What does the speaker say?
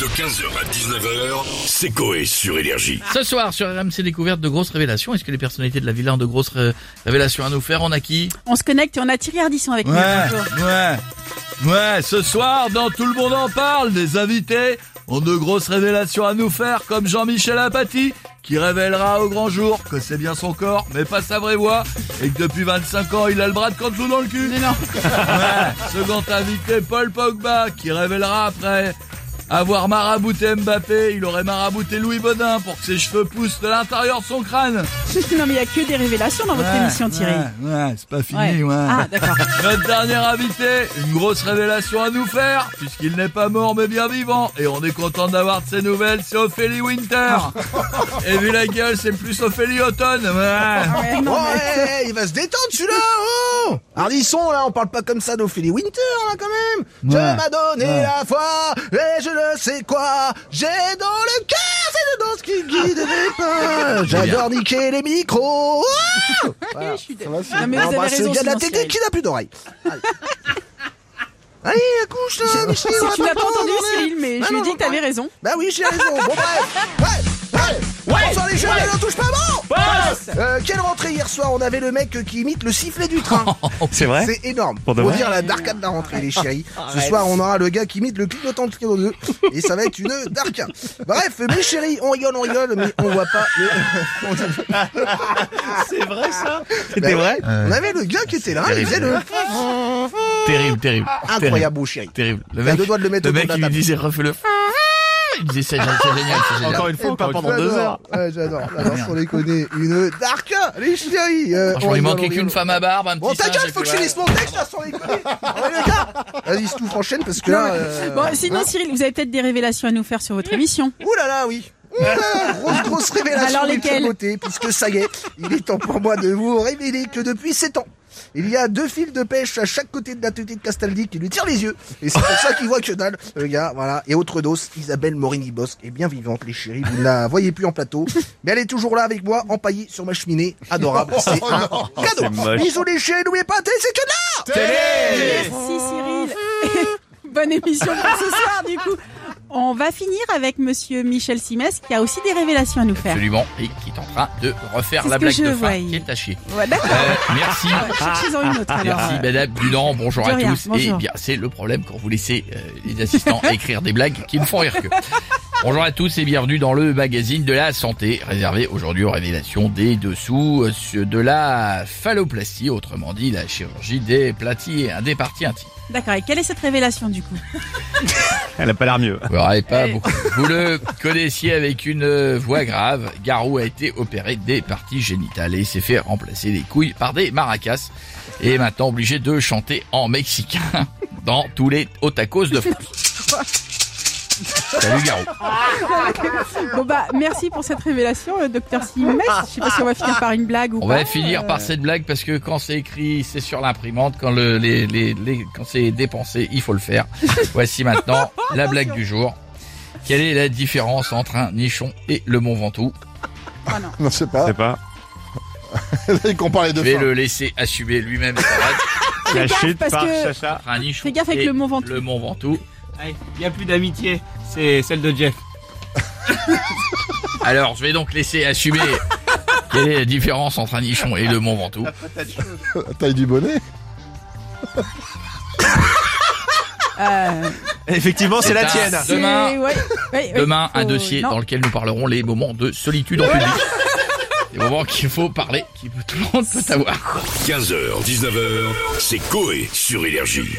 De 15h à 19h, c'est Coé sur Énergie. Ce soir sur RMC Découverte de grosses révélations. Est-ce que les personnalités de la villa ont de grosses ré- révélations à nous faire On a qui On se connecte et on a Thierry Ardisson avec nous. Bonjour. ouais, ouais. Ce soir, dans Tout le monde en parle, des invités ont de grosses révélations à nous faire, comme Jean-Michel Apathy, qui révélera au grand jour que c'est bien son corps, mais pas sa vraie voix, et que depuis 25 ans, il a le bras de Cantelou dans le cul. Ouais. Second invité, Paul Pogba, qui révélera après avoir marabouté Mbappé, il aurait marabouté Louis Baudin pour que ses cheveux poussent de l'intérieur de son crâne. non mais il n'y a que des révélations dans votre Ouais, émission Thierry. Ouais, ouais, c'est pas Ouais. fini, ouais. Ah d'accord. Notre dernier invité, une grosse révélation à nous faire, puisqu'il n'est pas mort mais bien vivant, et on est content d'avoir de ses nouvelles, c'est Ophélie Winter. et vu la gueule, c'est plus Ophélie Automne. ouais. Ouais, non, Oh, mais- hey, hey, il va se détendre celui-là, oh Ardisson, là, on parle pas comme ça d'Ophélie Winter, là, quand même Ouais. Je m'a donné la foi, et je ne sais quoi, j'ai dans le cœur, c'est dedans ce qui guide mes pas J'adore niquer les micros oh Voilà. Je suis dé- Ça va, Ah, bah, c'est- Non, mais On vous avez embrasse raison, le gars de la sinon, technique, il n'a plus d'oreilles Allez. Allez, accouche, là, Michel, on va Si tu pas l'as pas prendre, entendu on est- Cyril, mais Non, je lui ai non, dit que t'avais raison. bah oui, j'ai raison. Bon, bref. Ouais, ouais, ouais. Bonsoir les jeunes, on touche pas bon. Euh, quelle rentrée hier soir On avait le mec qui imite le sifflet du train. Oh, C'est vrai C'est énorme. Pour de Faut vrai dire la darka de la rentrée, les chéris. Ce soir, on aura le gars qui imite le clignotant de clignot 2. Et ça va être une darka. Bref, mes chéris, on rigole, on rigole, mais on voit pas. le- C'est vrai ça Bah C'était ouais. vrai On avait le gars qui était là, il faisait le. Terrible, terrible. Incroyable, beau chéri. Terrible. Le Il a deux doigts de le mettre le autour mec de la il lui table. disait refais le. Ah, Il me disait c'est génial, c'est génial. c'est génial. Encore une fois, encore pendant deux J'adore. heures. Ouais, j'adore. Alors, sans déconner, une darka, les chéris. Euh, on Franchement, il rigole, on manquait qu'une rigole. femme à barbe, un petit. Bon, Oh, ta singe, gueule, et faut que puis je voilà. finisse mon texte, là, sans les couilles. Ouais, les gars Vas-y, Stouff, enchaîne, parce que là... euh, Bon, sinon Cyril, vous avez peut-être des révélations à nous faire sur votre émission. Ouh là là, oui Ouh là là, Grosse, grosse révélation Alors, des lesquelles côtés, puisque ça y est, il est temps pour moi de vous révéler que depuis 7 ans, il y a deux fils de pêche à chaque côté de la tête de Castaldi qui lui tirent les yeux. Et c'est pour ça qu'il voit que dalle, le gars, voilà. Et autre dos, Isabelle Morini-Bosque est bien vivante, les chéris, vous ne la voyez plus en plateau. Mais elle est toujours là avec moi, empaillée sur ma cheminée. Adorable, oh, c'est un c'est cadeau. moche. Bisous les chéris, n'oubliez pas, télé, c'est que là Merci Cyril. Bonne émission pour ce soir du coup. On va finir avec Monsieur Michel Simès qui a aussi des révélations à nous faire. Absolument. Et qui est en train de refaire C'est la ce que blague je de fin voyais. qui est à chier. Ouais, d'accord. Euh, merci. Cherchez-en une autre alors. euh, Merci Madame Dunant, bonjour De à rien, tous. bonjour. Et bien c'est le problème quand vous laissez euh, les assistants écrire des blagues qui ne font rire que. Bonjour à tous et bienvenue dans le magazine de la santé, réservé aujourd'hui aux révélations des dessous euh, ce- de la phalloplastie, autrement dit la chirurgie des platis, des parties intimes. D'accord, et quelle est cette révélation du coup Elle a pas l'air mieux. Vous l'aurez pas beaucoup. Vous le connaissiez avec une euh, voix grave. Garou a été opéré des parties génitales et s'est fait remplacer les couilles par des maracas. Et est maintenant obligé de chanter en mexicain dans tous les hauts tacos de France. Salut Garou. Bon bah merci pour cette révélation, euh, docteur Simès. Je sais pas si on va finir par une blague ou On pas. va finir par cette blague parce que quand c'est écrit, c'est sur l'imprimante. Quand le, les, les, les- quand c'est dépensé, il faut le faire. Voici maintenant la blague du jour. Quelle est la différence entre un nichon et le Mont Ventoux Non, je sais pas. C'est pas Il compare les deux Je vais fins. le laisser assumer lui-même sa blague. La gaffe, chute parce par que- Chacha. Un nichon Fais gaffe avec et le Mont Ventoux. Le Mont Ventoux. Il n'y a plus d'amitié, c'est celle de Jeff. Alors, je vais donc laisser assumer quelle est la différence entre un nichon et le Mont Ventoux. La taille du bonnet. Euh, Effectivement, c'est la un- tienne. c'est- Demain- ouais, ouais, Demain, ouais, un faut- dossier non. dans lequel nous parlerons les moments de solitude en public. Les moments qu'il faut parler, que tout le monde peut avoir. 15h, 19h, c'est Coé sur Énergie.